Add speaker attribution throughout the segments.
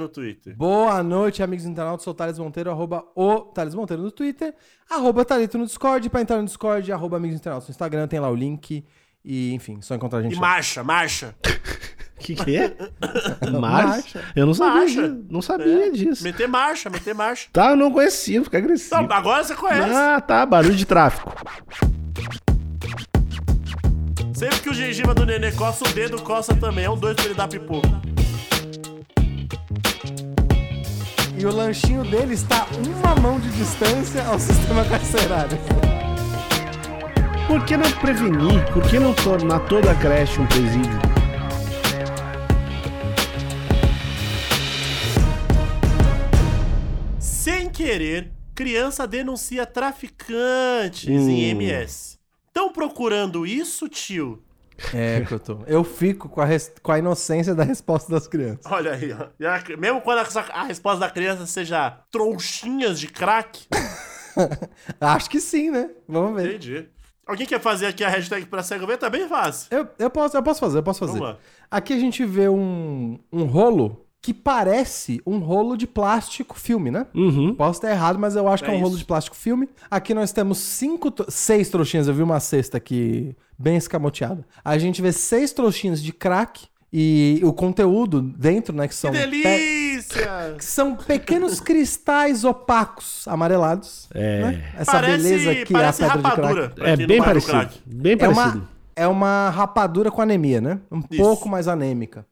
Speaker 1: no Twitter.
Speaker 2: Boa noite, amigos internautas. Sou o Thales Monteiro, arroba o Thales Monteiro no Twitter, arroba Thalito no Discord. Pra entrar no Discord, arroba amigos internautas no Instagram, tem lá o link. E, enfim, só encontrar a gente
Speaker 1: E
Speaker 2: lá.
Speaker 1: marcha, marcha.
Speaker 3: Que que é? Marcha? Eu não sabia
Speaker 1: Marcha.
Speaker 3: disso. Não
Speaker 1: É,
Speaker 3: sabia disso.
Speaker 1: Meter marcha, meter marcha.
Speaker 3: Tá, eu não conhecia, fica agressivo.
Speaker 1: Então, agora você conhece.
Speaker 3: Ah, tá, barulho de tráfico.
Speaker 1: Sempre que o gengiva do nenê coça, o dedo coça também. É um dois pra ele dar pipoco.
Speaker 2: E o lanchinho dele está uma mão de distância ao sistema carcerário.
Speaker 3: Por que não prevenir? Por que não tornar toda a creche um presídio?
Speaker 1: Sem querer, criança denuncia traficantes em MS. Estão procurando isso, tio?
Speaker 2: É, que eu tô. Eu fico com a, res- com a inocência da resposta das crianças.
Speaker 1: Olha aí, ó. E a- Mesmo quando a, a resposta da criança seja trouxinhas de crack.
Speaker 2: Acho que sim, né? Vamos ver.
Speaker 1: Entendi. Alguém quer fazer aqui a hashtag pra cego ver? Tá bem fácil.
Speaker 2: Eu, eu, posso, eu posso fazer, eu posso fazer.
Speaker 1: Vamos lá.
Speaker 2: Aqui a gente vê um, um rolo que parece um rolo de plástico filme, né?
Speaker 3: Uhum.
Speaker 2: Posso estar errado, mas eu acho
Speaker 1: É
Speaker 2: que é um rolo
Speaker 1: isso.
Speaker 2: de plástico filme. Aqui nós temos cinco, tro- seis trouxinhas. Eu vi uma cesta aqui bem escamoteada. A gente vê seis trouxinhas de crack e o conteúdo dentro, né?
Speaker 1: Que
Speaker 2: Que são, pe-
Speaker 1: delícia!
Speaker 2: que são pequenos cristais opacos, amarelados.
Speaker 3: É.
Speaker 2: né? Essa beleza
Speaker 1: Parece,
Speaker 2: que
Speaker 1: parece
Speaker 2: é a pedra de
Speaker 1: rapadura.
Speaker 2: crack.
Speaker 1: pra
Speaker 3: É
Speaker 1: quem não
Speaker 3: bem
Speaker 1: para no
Speaker 3: parecido.
Speaker 1: crack.
Speaker 3: Bem
Speaker 2: É
Speaker 3: parecido.
Speaker 2: uma, é uma rapadura com anemia, né? Um
Speaker 1: Isso.
Speaker 2: pouco mais anêmica.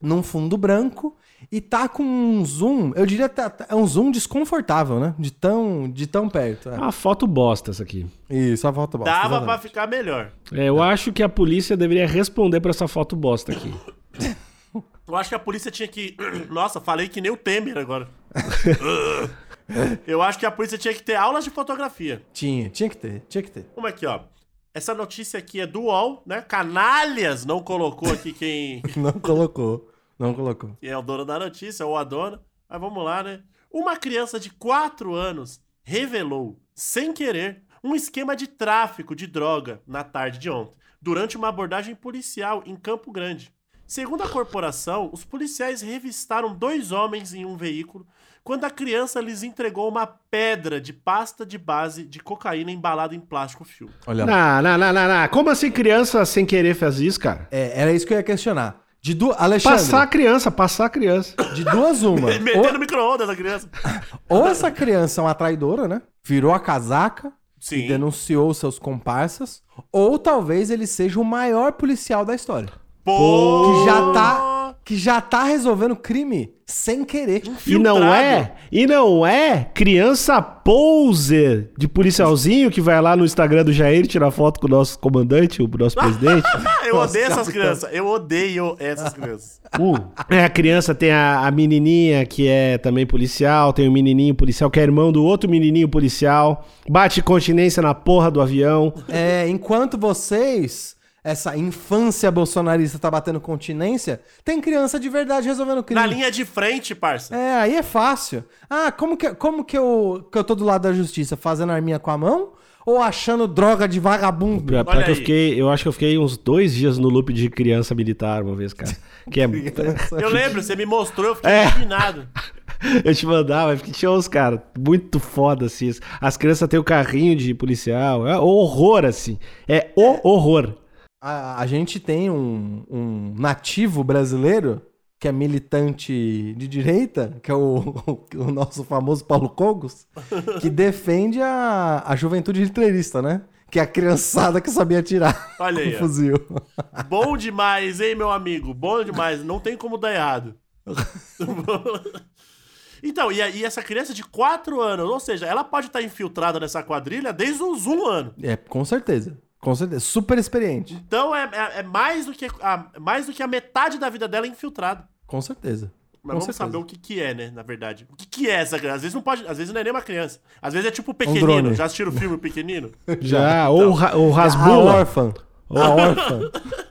Speaker 2: Num fundo branco e tá com um zoom, eu diria até até- é um zoom desconfortável, né? De tão, de tão perto. é.
Speaker 3: É uma foto bosta essa aqui.
Speaker 2: Isso, a volta bosta.
Speaker 1: Dava pra
Speaker 2: exatamente.
Speaker 1: ficar melhor.
Speaker 3: É, eu acho que a polícia deveria responder pra essa foto bosta aqui.
Speaker 1: Eu acho que a polícia tinha que. Nossa, falei que nem o Temer agora. Eu acho que a polícia tinha que ter aulas de fotografia.
Speaker 2: Tinha, tinha que ter, tinha que ter.
Speaker 1: Vamos aqui, ó. Essa notícia aqui é do UOL, né? Canalhas não colocou aqui quem
Speaker 2: Não colocou, não colocou.
Speaker 1: é o dono da notícia, ou a dona. Mas vamos lá, né? Uma criança de 4 anos revelou, sem querer, um esquema de tráfico de droga na tarde de ontem, durante uma abordagem policial em Campo Grande. Segundo a corporação, os policiais revistaram dois homens em um veículo quando a criança lhes entregou uma pedra de pasta de base de cocaína embalada em plástico filme.
Speaker 2: Olha lá.
Speaker 3: Não, não, não, não, não. Como assim criança sem querer faz isso, cara?
Speaker 2: É, era isso que eu ia questionar. De duas. Alexandre,
Speaker 3: Passar a criança, passar a criança.
Speaker 2: de duas uma.
Speaker 1: Metendo no micro-ondas da criança.
Speaker 2: ou, ou essa criança é uma traidora, né? Virou a casaca e
Speaker 1: Sim.
Speaker 2: denunciou seus comparsas. Ou talvez ele seja o maior policial da história.
Speaker 1: Pô!
Speaker 2: Que já tá. Que já tá resolvendo crime sem querer.
Speaker 3: E não
Speaker 1: Filtrado.
Speaker 3: é, e não é criança poser de policialzinho que vai lá no Instagram do Jair tirar foto com o nosso comandante, o nosso presidente.
Speaker 1: Ah, eu
Speaker 2: Nossa, tá.
Speaker 1: odeio essas
Speaker 2: cara.
Speaker 1: crianças. Eu odeio essas crianças.
Speaker 2: Uh.
Speaker 3: É, a criança tem a, a menininha que é também policial, tem o menininho policial que é irmão do outro menininho policial, bate continência na porra do avião.
Speaker 2: É, enquanto vocês, essa infância bolsonarista tá batendo continência, tem criança de verdade resolvendo crime.
Speaker 1: Na linha de frente, parça.
Speaker 2: um- É, aí é fácil. Ah, como que, como que, eu, que eu tô do lado da justiça? Fazendo arminha com a mão? Ou achando droga de vagabundo?
Speaker 3: Pra, pra
Speaker 1: Olha
Speaker 3: que eu
Speaker 1: aí.
Speaker 3: fiquei, eu acho que eu fiquei uns dois dias no loop de criança militar uma vez, cara. Que é,
Speaker 1: Eu lembro, você me mostrou, eu fiquei
Speaker 3: É.
Speaker 1: indignado.
Speaker 3: eu te mandava, porque tinha uns caras muito foda assim. As crianças têm o carrinho de policial, é horror assim. É o horror.
Speaker 2: A, a gente tem um, um nativo brasileiro que é militante de direita, que é o, o nosso famoso Paulo Cogos, que defende a, a juventude hitlerista, né? Que é a criançada que sabia atirar
Speaker 1: Olha aí,
Speaker 2: com
Speaker 1: ó.
Speaker 2: fuzil.
Speaker 1: Bom demais, hein, meu amigo? Bom demais, não tem como dar errado. então, e, aí essa criança de 4 anos, ou seja, ela pode estar infiltrada nessa quadrilha desde uns 1 ano.
Speaker 2: É, com certeza. Com certeza. Super experiente.
Speaker 1: Então é, é- é mais, do que a, mais do que a metade da vida dela infiltrada.
Speaker 2: Com certeza.
Speaker 1: Mas
Speaker 2: Com
Speaker 1: vamos
Speaker 2: certeza.
Speaker 1: saber o que que é, né, na verdade. O que que é essa criança? Às vezes não pode, às vezes não é nem uma criança. Às vezes é tipo o pequenino.
Speaker 2: um drone.
Speaker 1: Já assistiram o filme o pequenino?
Speaker 3: Já, ou, ra- ou
Speaker 2: É, A
Speaker 3: Rasbula.
Speaker 2: órfã. A órfã.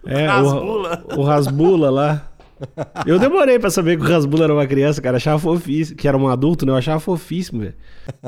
Speaker 3: É,
Speaker 1: Rasbula.
Speaker 3: O, o Rasbula lá. Eu demorei pra saber que o Rasbula era uma criança, cara. Eu achava fofíssimo. Que era um adulto, né? Eu achava fofíssimo, velho.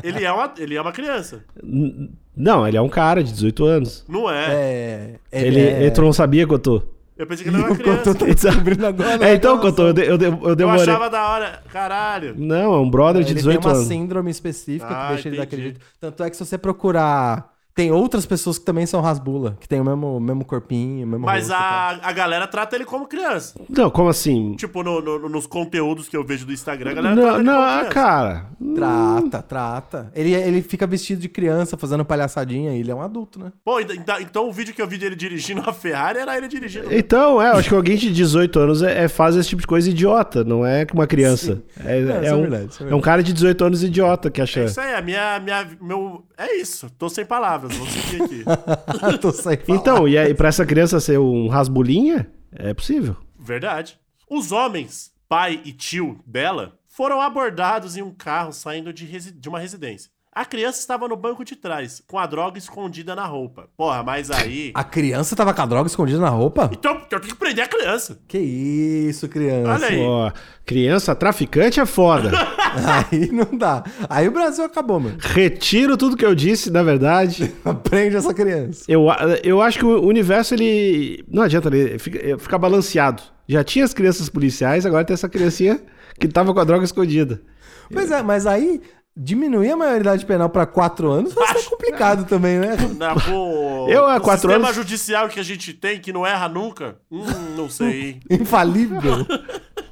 Speaker 1: ele, é uma, ele é uma criança.
Speaker 3: N- Não, ele é um cara de 18 anos.
Speaker 1: Não é.
Speaker 2: É,
Speaker 3: Ele,
Speaker 2: é-
Speaker 3: ele tu não sabia, Cotô.
Speaker 1: Eu pensei que ele era uma
Speaker 2: O Cotô
Speaker 1: criança.
Speaker 2: tá descobrindo agora.
Speaker 3: É, então, Cotô, eu, de- eu, de- eu
Speaker 1: Eu
Speaker 3: demorei.
Speaker 1: achava da hora. Caralho.
Speaker 3: Não, é um brother de
Speaker 2: Ele tem
Speaker 3: 18
Speaker 2: uma
Speaker 3: anos.
Speaker 2: síndrome específica
Speaker 1: Ah,
Speaker 2: que deixa ele daquele
Speaker 1: entendi.
Speaker 2: jeito. Tanto é que se você procurar. Tem outras pessoas que também são rasbula, que tem o mesmo, o mesmo corpinho, o mesmo
Speaker 1: Mas
Speaker 2: rosto e tal.
Speaker 1: a, a galera trata ele como criança.
Speaker 3: Não, como assim?
Speaker 1: Tipo, no- no- nos conteúdos que eu vejo do Instagram, a galera tá trata
Speaker 3: Não,
Speaker 1: ele como
Speaker 3: não,
Speaker 1: criança.
Speaker 3: cara.
Speaker 2: Trata, trata. Ele, ele fica vestido de criança, fazendo palhaçadinha, e ele é um adulto, né?
Speaker 1: Pô, então, então o vídeo que eu vi dele dirigindo a Ferrari era ele dirigindo.
Speaker 3: Então, é, eu acho que alguém de 18 anos é, é- faz esse tipo de coisa idiota, não é que uma criança. É,
Speaker 2: Não,
Speaker 3: é
Speaker 2: isso é
Speaker 3: um,
Speaker 2: verdade, isso é
Speaker 3: é um
Speaker 2: verdade.
Speaker 3: cara de 18 anos idiota que acha.
Speaker 1: É isso aí, a minha, minha, meu... É isso, tô sem palavras, vou seguir aqui.
Speaker 2: Tô sem falar.
Speaker 3: então, e aí, pra essa criança ser um rasbulinha, é possível.
Speaker 1: Verdade. Os homens, pai e tio dela, foram abordados em um carro saindo de, resi- de uma residência. A criança estava no banco de trás, com a droga escondida na roupa. Porra, mas aí...
Speaker 2: A criança tava com a droga escondida na roupa?
Speaker 1: Então eu tenho que prender a criança.
Speaker 2: Que isso, criança.
Speaker 1: Olha aí.
Speaker 3: Ó, criança traficante é foda.
Speaker 2: Aí não dá. Aí o Brasil acabou, mano.
Speaker 3: Retiro tudo que eu disse, na verdade.
Speaker 2: Prende essa criança.
Speaker 3: Eu, a- eu acho que o universo, ele. Não adianta, ele fica, ele fica balanceado. Já tinha as crianças policiais, agora tem essa criancinha que tava com a droga escondida.
Speaker 2: Pois é, mas aí diminuir a maioridade penal pra 4 anos vai ser complicado também, né?
Speaker 1: Na, com,
Speaker 3: Eu, há
Speaker 1: com
Speaker 3: quatro
Speaker 1: o sistema
Speaker 3: anos-
Speaker 1: judicial que a gente tem, que não erra nunca, hum, não sei. hein?
Speaker 2: Infalível.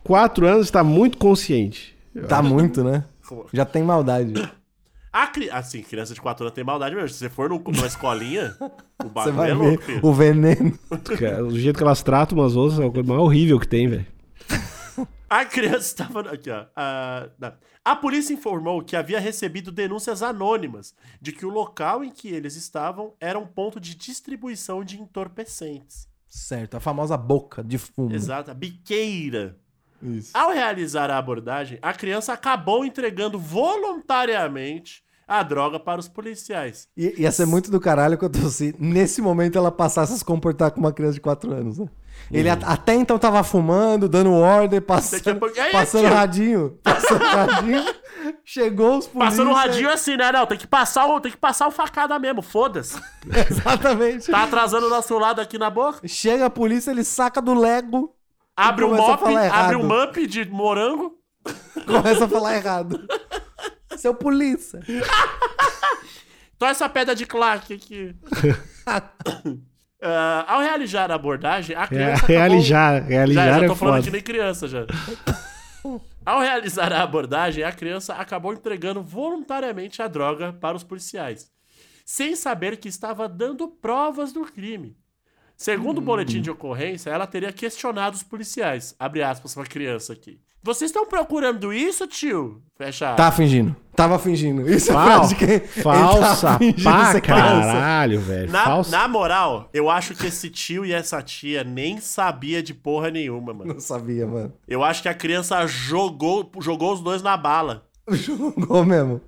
Speaker 3: Quatro anos tá muito consciente.
Speaker 2: Tá muito, né? Já tem maldade.
Speaker 1: A cri... Assim, criança de 4 anos tem maldade mesmo. Se você for no, numa escolinha, o bagulho é
Speaker 2: Você vai
Speaker 1: louco,
Speaker 2: ver
Speaker 1: filho.
Speaker 2: o veneno.
Speaker 3: Cara, o jeito que elas tratam umas outras é a coisa mais horrível que tem, velho.
Speaker 1: A criança estava. Aqui, ó. Ah, não. a polícia informou que havia recebido denúncias anônimas de que o local em que eles estavam era um ponto de distribuição de entorpecentes.
Speaker 2: Certo, a famosa boca de fumo.
Speaker 1: Exato, a biqueira.
Speaker 2: Isso.
Speaker 1: Ao realizar a abordagem, a criança acabou entregando voluntariamente a droga para os policiais.
Speaker 2: I- ia ser muito do caralho quando se nesse momento ela passasse a se comportar como uma criança de 4 anos, né? Ele a- até então tava fumando, dando ordem,
Speaker 1: Uhum. Daqui a
Speaker 2: passando,
Speaker 1: pouco- Aí,
Speaker 2: passando
Speaker 1: tio!
Speaker 2: radinho. Passando radinho. Chegou os polícia. é
Speaker 1: Passando o radinho assim, né? Não, tem que passar o, tem que passar o facada mesmo, foda-se.
Speaker 2: Exatamente.
Speaker 1: Tá atrasando o nosso lado aqui na boca.
Speaker 2: Chega a polícia, ele saca do Lego, Então,
Speaker 1: Abre um
Speaker 2: Começa a
Speaker 1: mop,
Speaker 2: falar errado.
Speaker 1: abre um mup de morango.
Speaker 2: começa a falar errado. Seu polícia.
Speaker 1: Toma essa pedra de claque aqui. Ah, ao realizar a abordagem, a
Speaker 3: É,
Speaker 2: tá
Speaker 1: criança. acabou-
Speaker 3: realijar,
Speaker 1: Já,
Speaker 3: realijar
Speaker 1: já tô
Speaker 3: é
Speaker 1: falando
Speaker 3: foda.
Speaker 1: aqui nem criança já. Ao realizar a abordagem, a criança acabou entregando voluntariamente a droga para os policiais, sem saber que estava dando provas do crime. Segundo o boletim de ocorrência, ela teria questionado os policiais. Abre aspas pra criança aqui. Vocês estão procurando isso, tio? Fecha aspas.
Speaker 2: Tá fingindo. Tava fingindo. Isso é
Speaker 3: Fal-
Speaker 2: frase de quem? Ele
Speaker 3: Falsa
Speaker 2: tava fingindo
Speaker 3: pra
Speaker 2: ser criança.
Speaker 3: caralho,
Speaker 2: É
Speaker 3: velho.
Speaker 1: Na,
Speaker 3: Falsa.
Speaker 1: na moral, eu acho que esse tio e essa tia nem sabia de porra nenhuma, mano.
Speaker 2: Não sabia, mano.
Speaker 1: Eu acho que a criança jogou, jogou os dois na bala.
Speaker 2: Jogou mesmo.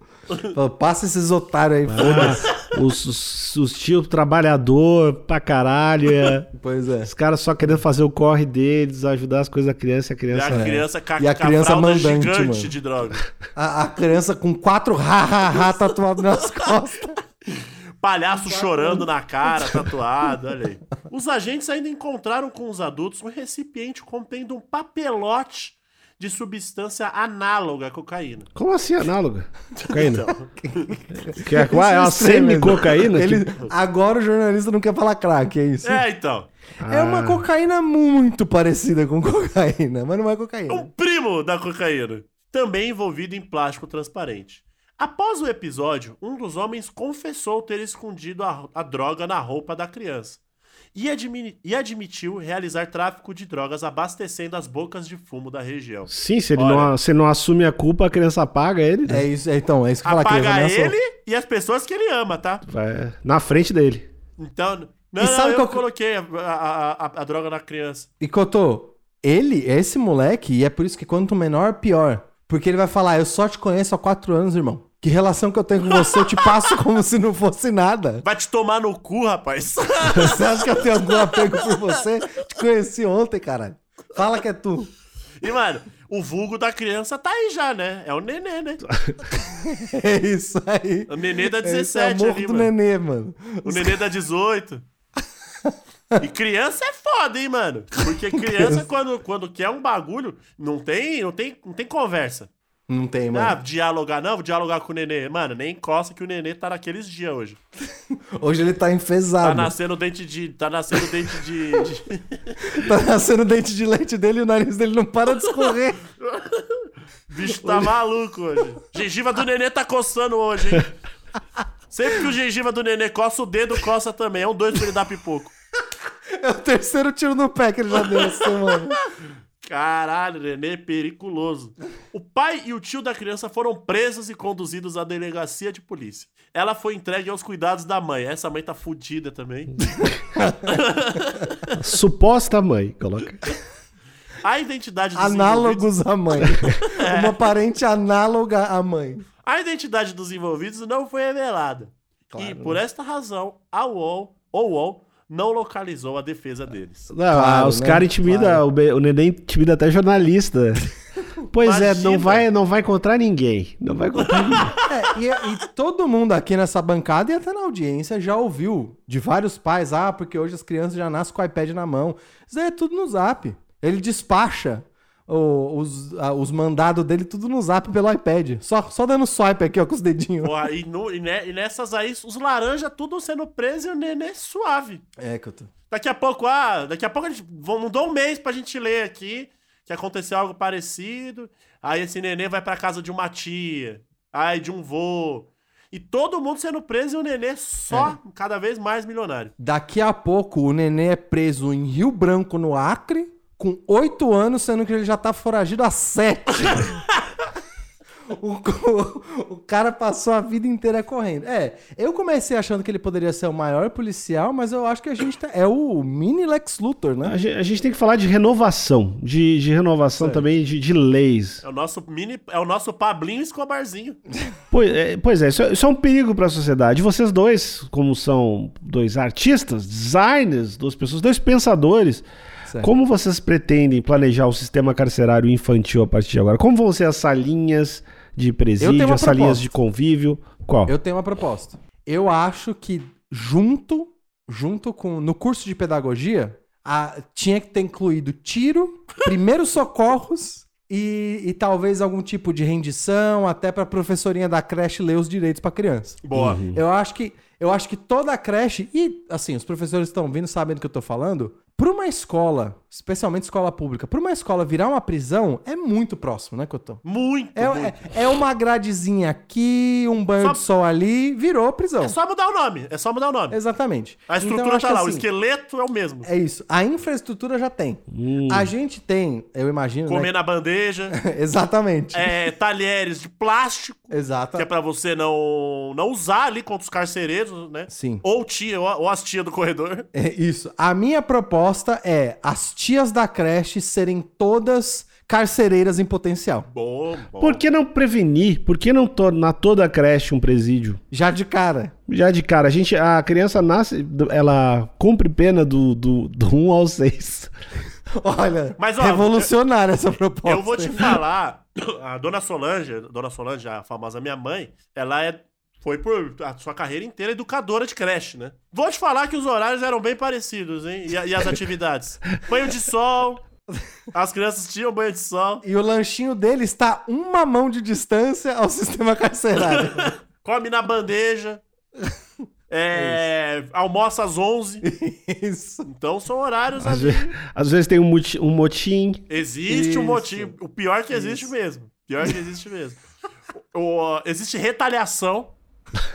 Speaker 2: Falou, passa esses otários aí, foda-se.
Speaker 3: Os, os, os tios trabalhador pra caralho. é.
Speaker 2: Pois é.
Speaker 3: Os caras só querendo fazer o corre deles, ajudar as coisas da criança e a
Speaker 1: E
Speaker 3: criança. é.
Speaker 1: a criança ca-
Speaker 2: né? E a
Speaker 1: com
Speaker 2: criança
Speaker 1: fralda
Speaker 2: mandante,
Speaker 1: gigante
Speaker 2: mano.
Speaker 1: de droga.
Speaker 2: A, a criança com quatro ha-ha-ha tatuado tá nas costas.
Speaker 1: Palhaço chorando na cara, tatuado, olha aí. Os agentes ainda encontraram com os adultos um recipiente contendo um papelote de substância análoga à cocaína.
Speaker 3: Como assim análoga? Cocaína.
Speaker 1: Então,
Speaker 3: que é, qual, é uma tipo?
Speaker 2: Isso estranho,
Speaker 3: semi-cocaína?
Speaker 2: né? Ele-
Speaker 3: Que-
Speaker 2: Agora o jornalista não quer falar crack, é isso? É,
Speaker 1: é, então.
Speaker 3: Ah.
Speaker 2: uma cocaína muito parecida com cocaína, mas não é cocaína.
Speaker 1: um primo da cocaína, também envolvido em plástico transparente. Após o episódio, um dos homens confessou ter escondido a, a droga na roupa da criança e, admi- e admitiu realizar tráfico de drogas abastecendo as bocas de fumo da região.
Speaker 3: Sim, se ele
Speaker 1: Olha.
Speaker 3: não, se ele não assume a culpa, a criança paga ele. né?
Speaker 2: É isso, é, então, é isso que fala que
Speaker 1: Apaga
Speaker 2: ameaçou.
Speaker 1: ele e as pessoas que ele ama, tá?
Speaker 2: É.
Speaker 3: Vai na frente dele.
Speaker 1: Então, não,
Speaker 2: E
Speaker 1: não,
Speaker 2: sabe
Speaker 1: eu
Speaker 2: qual que-
Speaker 1: coloquei a, a- a- a droga na criança.
Speaker 2: E Cotô, Ele, esse moleque, e é por isso que quanto menor, pior. Porque ele vai falar, eu só te conheço há quatro anos, irmão. Que relação que eu tenho com você, eu te passo como se não fosse nada.
Speaker 1: Vai te tomar no cu, rapaz.
Speaker 2: Você acha que eu tenho algum apego por você? Te conheci ontem, caralho. Fala que é tu.
Speaker 1: E, mano, o vulgo da criança tá aí já, né? É o nenê, né?
Speaker 2: É isso aí.
Speaker 1: O nenê da
Speaker 2: Esse é
Speaker 1: 17
Speaker 2: amor
Speaker 1: ali,
Speaker 2: do
Speaker 1: mano.
Speaker 2: nenê, mano.
Speaker 1: O nenê da 18. E criança é foda, hein, mano? Porque criança, quando, quando quer um bagulho, não tem, não tem, não tem conversa.
Speaker 2: Não tem,
Speaker 1: Ah,
Speaker 2: mano.
Speaker 1: dialogar, não, vou dialogar com o nenê. Mano, nem encosta que o nenê tá naqueles dias hoje.
Speaker 2: Hoje ele tá
Speaker 1: Tá
Speaker 2: enfesado.
Speaker 1: nascendo dente de. Tá nascendo dente de. de-
Speaker 2: Tá nascendo o dente de leite dele e o nariz dele não para de escorrer.
Speaker 1: Bicho tá maluco hoje. Gengiva do nenê tá coçando hoje, hein? Sempre que o gengiva do nenê coça, o dedo coça também. É um dois pra ele dar pipoco.
Speaker 2: É o terceiro tiro no pé que ele já deu essa semana.
Speaker 1: Caralho, nenê, periculoso. O pai e o tio da criança foram presos e conduzidos à delegacia de polícia. Ela foi entregue aos cuidados da mãe. Essa mãe tá fudida também.
Speaker 3: Suposta mãe, coloca.
Speaker 1: A identidade dos envolvidos-
Speaker 2: Análogos à mãe. Uma parente análoga à mãe.
Speaker 1: A identidade dos envolvidos não foi revelada. e por esta razão, a UOL, ou UOL não localizou a defesa deles.
Speaker 3: Não,
Speaker 2: Claro,
Speaker 3: ah, os
Speaker 2: né?
Speaker 3: caras intimidam,
Speaker 2: Claro.
Speaker 3: o, be- o neném intimida até jornalista. Pois é,
Speaker 1: Imagina.
Speaker 3: não vai, não vai encontrar ninguém. Não vai encontrar ninguém.
Speaker 2: É, e, e todo mundo aqui nessa bancada e até na audiência já ouviu de vários pais, ah, porque hoje as crianças já nascem com o iPad na mão. Isso daí é tudo no zap. Ele despacha o- os, a- os mandados dele tudo no zap pelo iPad. Só, só dando swipe aqui, ó, com os dedinhos.
Speaker 1: Porra, e, no- e ne- e nessas aí, os laranja tudo sendo preso e o nenê suave.
Speaker 2: É, que eu tô.
Speaker 1: Daqui a pouco, ah, daqui a pouco a gente. vão- Não dou um mês pra gente ler aqui que aconteceu algo parecido. Aí esse nenê vai pra casa de uma tia. Ai, de um vô. E todo mundo sendo preso e o nenê só
Speaker 2: É.
Speaker 1: cada vez mais milionário.
Speaker 2: Daqui a pouco o nenê é preso em Rio Branco, no Acre, com oito anos, sendo que ele já tá foragido há sete. o, co- o cara passou a vida inteira correndo. É, eu comecei achando que ele poderia ser o maior policial, mas eu acho que a gente tá- é o mini Lex Luthor, né?
Speaker 3: A gen- a gente tem que falar de renovação, de, de renovação também de, de leis.
Speaker 1: É o nosso mini. É o nosso Pablinho Escobarzinho.
Speaker 3: Pois é, pois é, isso, é isso é um perigo para a sociedade. Vocês dois, como são dois artistas, designers, duas pessoas, dois pensadores,
Speaker 2: Certo.
Speaker 3: como vocês pretendem planejar o sistema carcerário infantil a partir de agora? Como vão ser as salinhas de presídio,
Speaker 2: tenho
Speaker 3: as
Speaker 2: uma
Speaker 3: salinhas
Speaker 2: proposta.
Speaker 3: de convívio? Qual?
Speaker 2: Eu tenho uma proposta. Eu acho que junto, junto com no curso de pedagogia, a- tinha que ter incluído tiro, primeiros socorros e, e talvez algum tipo de rendição, até pra professorinha da creche ler os direitos pra criança.
Speaker 1: Boa.
Speaker 2: Eu acho que eu acho que toda a creche e assim, os professores estão vindo sabendo do que eu tô falando, Pra uma escola, especialmente escola pública, pra uma escola virar uma prisão é muito próximo, né, Cotão?
Speaker 1: Muito,
Speaker 2: É,
Speaker 1: muito.
Speaker 2: é- é uma gradezinha aqui, um banho
Speaker 1: Só-
Speaker 2: de sol ali, virou prisão.
Speaker 1: É só mudar o nome. É só mudar o nome.
Speaker 2: Exatamente.
Speaker 1: A estrutura
Speaker 2: Então, acho
Speaker 1: tá lá,
Speaker 2: que
Speaker 1: o
Speaker 2: assim,
Speaker 1: esqueleto é o mesmo.
Speaker 2: É isso. A infraestrutura já tem. A gente tem, eu imagino. né?
Speaker 1: Comer na bandeja,
Speaker 2: Exatamente.
Speaker 1: é, talheres de plástico,
Speaker 2: Exato.
Speaker 1: que é pra você não, não usar ali contra os carcereiros, né?
Speaker 2: Sim.
Speaker 1: Ou tia, ou, ou as tias do corredor.
Speaker 2: É isso. A minha proposta é as tias da creche serem todas carcereiras em potencial.
Speaker 1: Bom, bom.
Speaker 3: Por que não prevenir? Por que não tornar toda a creche um presídio?
Speaker 2: Já de cara.
Speaker 3: Já de cara, a gente, a criança nasce, ela cumpre pena do, do, do 1 ao 6.
Speaker 2: Olha,
Speaker 1: Mas, ó,
Speaker 2: revolucionária essa proposta.
Speaker 1: Eu vou te falar, a dona Solange, a dona Solange, a famosa minha mãe, ela é foi por a sua carreira inteira educadora de creche, né? Vou te falar que os horários eram bem parecidos, hein? E, a- e as atividades. Banho de sol, as crianças tinham banho de sol.
Speaker 2: E o lanchinho dele está uma mão de distância ao sistema carcerário.
Speaker 1: Come na bandeja. É, almoça às 11.
Speaker 2: Isso.
Speaker 1: Então são horários
Speaker 3: Às,
Speaker 1: ali.
Speaker 3: ve- às vezes tem um, muti- um motim.
Speaker 1: Existe um
Speaker 2: Isso.
Speaker 1: motivo. O pior que existe mesmo. Pior que existe mesmo. O- uh, existe retaliação.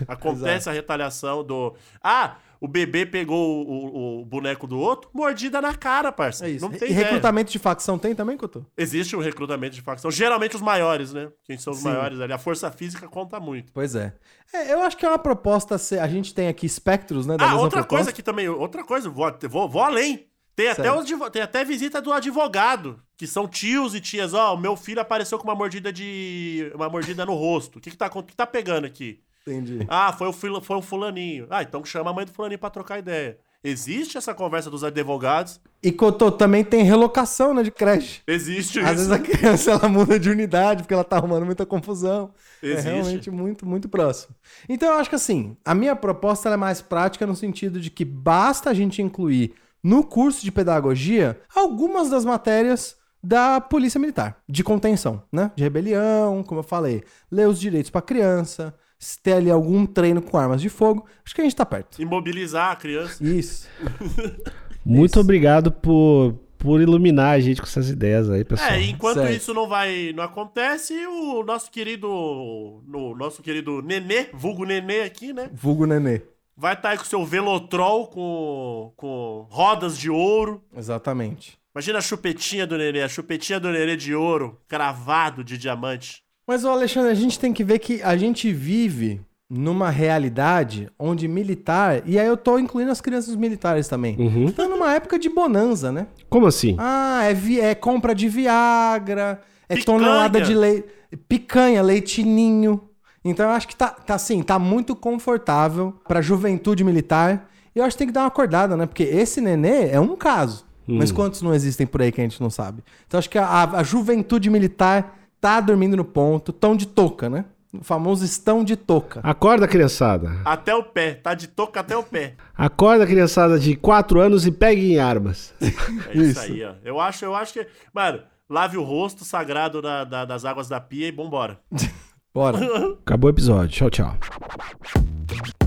Speaker 1: Acontece a retaliação do. Ah, o bebê pegou o, o- o boneco do outro, mordida na cara, parça.
Speaker 2: É isso.
Speaker 1: Não tem
Speaker 2: e
Speaker 1: ideia.
Speaker 2: recrutamento de facção tem também, Couto?
Speaker 1: Existe um recrutamento de facção. Geralmente os maiores, né? Quem são os
Speaker 2: Sim.
Speaker 1: maiores ali. A força física conta muito.
Speaker 2: Pois é. É, Eu acho que é uma proposta. a ser- A gente tem aqui espectros, né? da
Speaker 1: Ah,
Speaker 2: mesma
Speaker 1: outra
Speaker 2: proposta.
Speaker 1: coisa que também. Outra coisa, vou, até- vou, vou além. Tem até,
Speaker 2: Sério.
Speaker 1: os advo- tem até visita do advogado, que são tios e tias. Ó, o meu filho apareceu com uma mordida de. uma mordida no rosto. O que, que, tá, acon- o que tá pegando aqui?
Speaker 2: Entendi.
Speaker 1: Ah, foi o, fila- foi o fulaninho. Ah, então chama a mãe do fulaninho pra trocar ideia. Existe essa conversa dos advogados?
Speaker 2: E Cotô, também tem relocação, né, de creche.
Speaker 1: Existe
Speaker 2: Às
Speaker 1: isso.
Speaker 2: vezes a criança ela muda de unidade porque ela tá arrumando muita confusão.
Speaker 1: Existe.
Speaker 2: É realmente muito, muito próximo. Então eu acho que assim, a minha proposta ela é mais prática no sentido de que basta a gente incluir no curso de pedagogia algumas das matérias da polícia militar, de contenção, né? De rebelião, como eu falei, ler os direitos pra criança, se ter ali algum treino com armas de fogo. Acho que a gente tá perto.
Speaker 1: Imobilizar a criança.
Speaker 2: Isso.
Speaker 1: É
Speaker 3: Muito obrigado por, por iluminar a gente com essas ideias aí, pessoal.
Speaker 1: É, e enquanto
Speaker 2: Certo.
Speaker 1: isso não vai, não acontece, o nosso querido, o nosso querido Nenê, vulgo Nenê aqui, né?
Speaker 2: Vulgo nenê.
Speaker 1: Vai estar aí com seu velotrol com, com rodas de ouro.
Speaker 2: Exatamente.
Speaker 1: Imagina a chupetinha do Nenê, a chupetinha do Nenê de ouro, cravado de diamante.
Speaker 2: Mas, ô Alexandre, a gente tem que ver que a gente vive numa realidade onde militar, e aí eu tô incluindo as crianças militares também,
Speaker 3: Uhum.
Speaker 2: tá numa época de bonanza, né?
Speaker 3: Como assim?
Speaker 2: Ah, é, vi- é compra de Viagra, é
Speaker 1: Picanha.
Speaker 2: tonelada de leite, picanha, leitinho. Então eu acho que tá, tá assim, tá muito confortável pra juventude militar. E eu acho que tem que dar uma acordada, né? Porque esse nenê é um caso. Mas quantos não existem por aí que a gente não sabe? Então eu acho que a, a- a juventude militar tá dormindo no ponto, tão de touca, né? O famoso estão de touca.
Speaker 3: Acorda, criançada.
Speaker 1: Até o pé, tá de toca até o pé.
Speaker 3: Acorda, criançada de 4 anos e peguem armas.
Speaker 1: É isso,
Speaker 2: Isso.
Speaker 1: aí, ó. Eu acho, eu acho que. Mano, lave o rosto sagrado da- da- das águas da pia e vambora.
Speaker 2: Bora.
Speaker 3: Acabou o episódio. Tchau, tchau.